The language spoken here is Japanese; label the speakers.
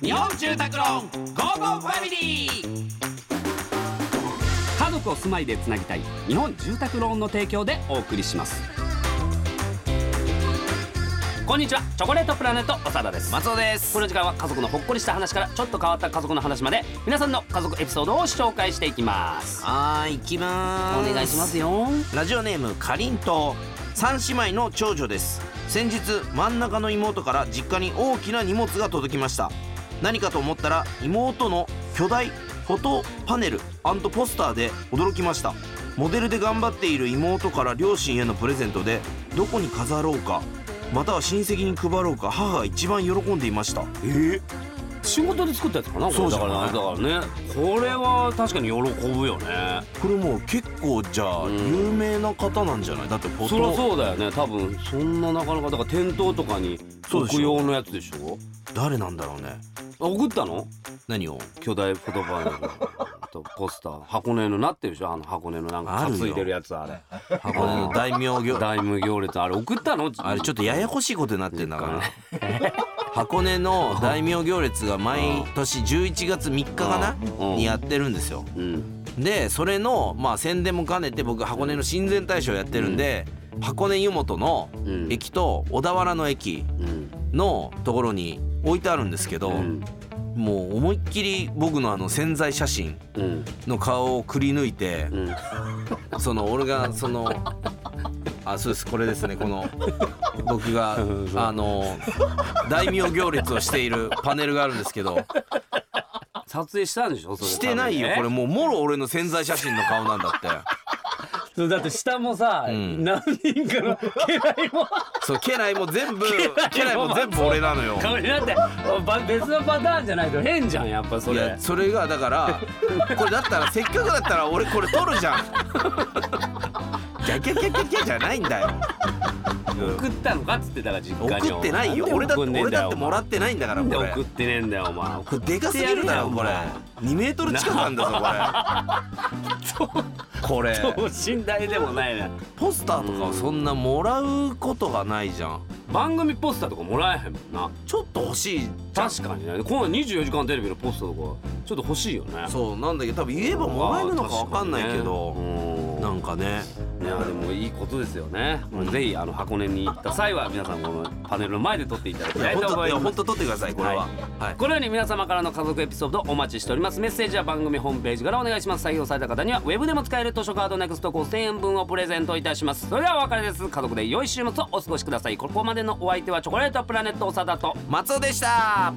Speaker 1: 日本住宅ローンゴーゴーファミリー家族を住まいでつなぎたい日本住宅ローンの提供でお送りしますこんにちはチョコレートプラネット長田です
Speaker 2: 松尾です
Speaker 1: この時間は家族のほっこりした話からちょっと変わった家族の話まで皆さんの家族エピソードを紹介していきます
Speaker 2: はーい行き
Speaker 1: お
Speaker 2: まーす
Speaker 1: 願いしますよ
Speaker 2: ラジオネームかりんとう三姉妹の長女です先日真ん中の妹から実家に大きな荷物が届きました何かと思ったら妹の巨大フォトパネルポスターで驚きましたモデルで頑張っている妹から両親へのプレゼントでどこに飾ろうかまたは親戚に配ろうか母が一番喜んでいましたえ
Speaker 1: 仕事で作ったやつかなこれ
Speaker 2: そうじゃない
Speaker 1: だからねだからねこれは確かに喜ぶよね
Speaker 2: これもう結構じゃあ
Speaker 1: うん
Speaker 2: 有名な方なんじゃないだってフォ
Speaker 1: そりゃ
Speaker 2: ト
Speaker 1: そうだよね多分そんななかなかだから店頭とかに
Speaker 2: そう
Speaker 1: 置
Speaker 2: でしょ
Speaker 1: く用のやつでしょ
Speaker 2: 誰なんだろうね
Speaker 1: あ送ったの
Speaker 2: 何を
Speaker 1: 巨大フォト パネルとポスター箱根のなってるでしょあの箱根のなん
Speaker 2: あ
Speaker 1: か
Speaker 2: るよ
Speaker 1: 担いでるやつあれ
Speaker 2: 箱根の大名行
Speaker 1: 大無行列あれ送ったの
Speaker 2: あれちょっとややこしいことになってんだから
Speaker 1: 実
Speaker 2: 箱根の大名行列が毎年11月3日かな
Speaker 1: うん
Speaker 2: にやってるんですよ
Speaker 1: うん
Speaker 2: でそれのまあ宣伝も兼ねて僕箱根の親善大使をやってるんで箱根湯本の
Speaker 1: うん
Speaker 2: 駅と小田原の駅
Speaker 1: うん
Speaker 2: のところに置いてあるんですけど
Speaker 1: うん
Speaker 2: もう思いっきり僕のあの宣材写真
Speaker 1: うん
Speaker 2: の顔をくり抜いて
Speaker 1: うん
Speaker 2: その俺がそのあそうですこれですねこの僕があの大名行列をしているパネルがあるんですけど
Speaker 1: 撮影したんでしょそれ
Speaker 2: してないよ
Speaker 1: 多
Speaker 2: これ
Speaker 1: 分ね
Speaker 2: もうもろ俺の潜在写真の顔なんだって
Speaker 1: そうだって下もさ
Speaker 2: ん
Speaker 1: 何人か の家来も
Speaker 2: そう家来も全 部家来も全部俺なのよ
Speaker 1: 顔になってば別のパターンじゃないと変じゃんやっぱそ
Speaker 2: い
Speaker 1: れ
Speaker 2: やそれがだからこれだったらせっかくだったら俺これ撮るじゃんギャギャギャギャギャじゃないんだよ
Speaker 1: 送ったのかっつってたから実家に
Speaker 2: 送ってないよ
Speaker 1: んで
Speaker 2: 俺だって
Speaker 1: 送んねえん
Speaker 2: 俺だって
Speaker 1: よ
Speaker 2: もらってないんだから
Speaker 1: なんで
Speaker 2: これ
Speaker 1: 送ってねえんだよお前
Speaker 2: これでかすぎるだろこれ2メートル近くあるんだぞこれこれ
Speaker 1: 信頼でもないな
Speaker 2: ポスターとかはそんなもらうことがないじゃん
Speaker 1: 番組ポスターとかもらえへんもんな
Speaker 2: ちょっと欲しいじゃん
Speaker 1: 確かにねこの24時間テレビのポスターとかちょっと欲しいよね
Speaker 2: そうなんだけど多分言えばもらえるのかわかんないけど、
Speaker 1: うん
Speaker 2: なんかね
Speaker 1: いやでもいいことですよね、ぜひあの箱根に行った際は皆さんこのパネルの前で撮っていただき
Speaker 2: い
Speaker 1: た
Speaker 2: や
Speaker 1: いと
Speaker 2: 本
Speaker 1: 思
Speaker 2: 当い
Speaker 1: い
Speaker 2: や
Speaker 1: ま
Speaker 2: 本
Speaker 1: す
Speaker 2: 当取ってくださいこれは、
Speaker 1: は
Speaker 2: はい
Speaker 1: このように皆様からの家族エピソードお待ちしておりますメッセージは番組ホームページからお願いします採用された方にはウェブでも使える図書カードネクスト5000円分をプレゼントいたしますそれではお別れです家族で良い週末をお過ごしくださいここまでのお相手はチョコレートプラネット長田と
Speaker 2: 松尾でした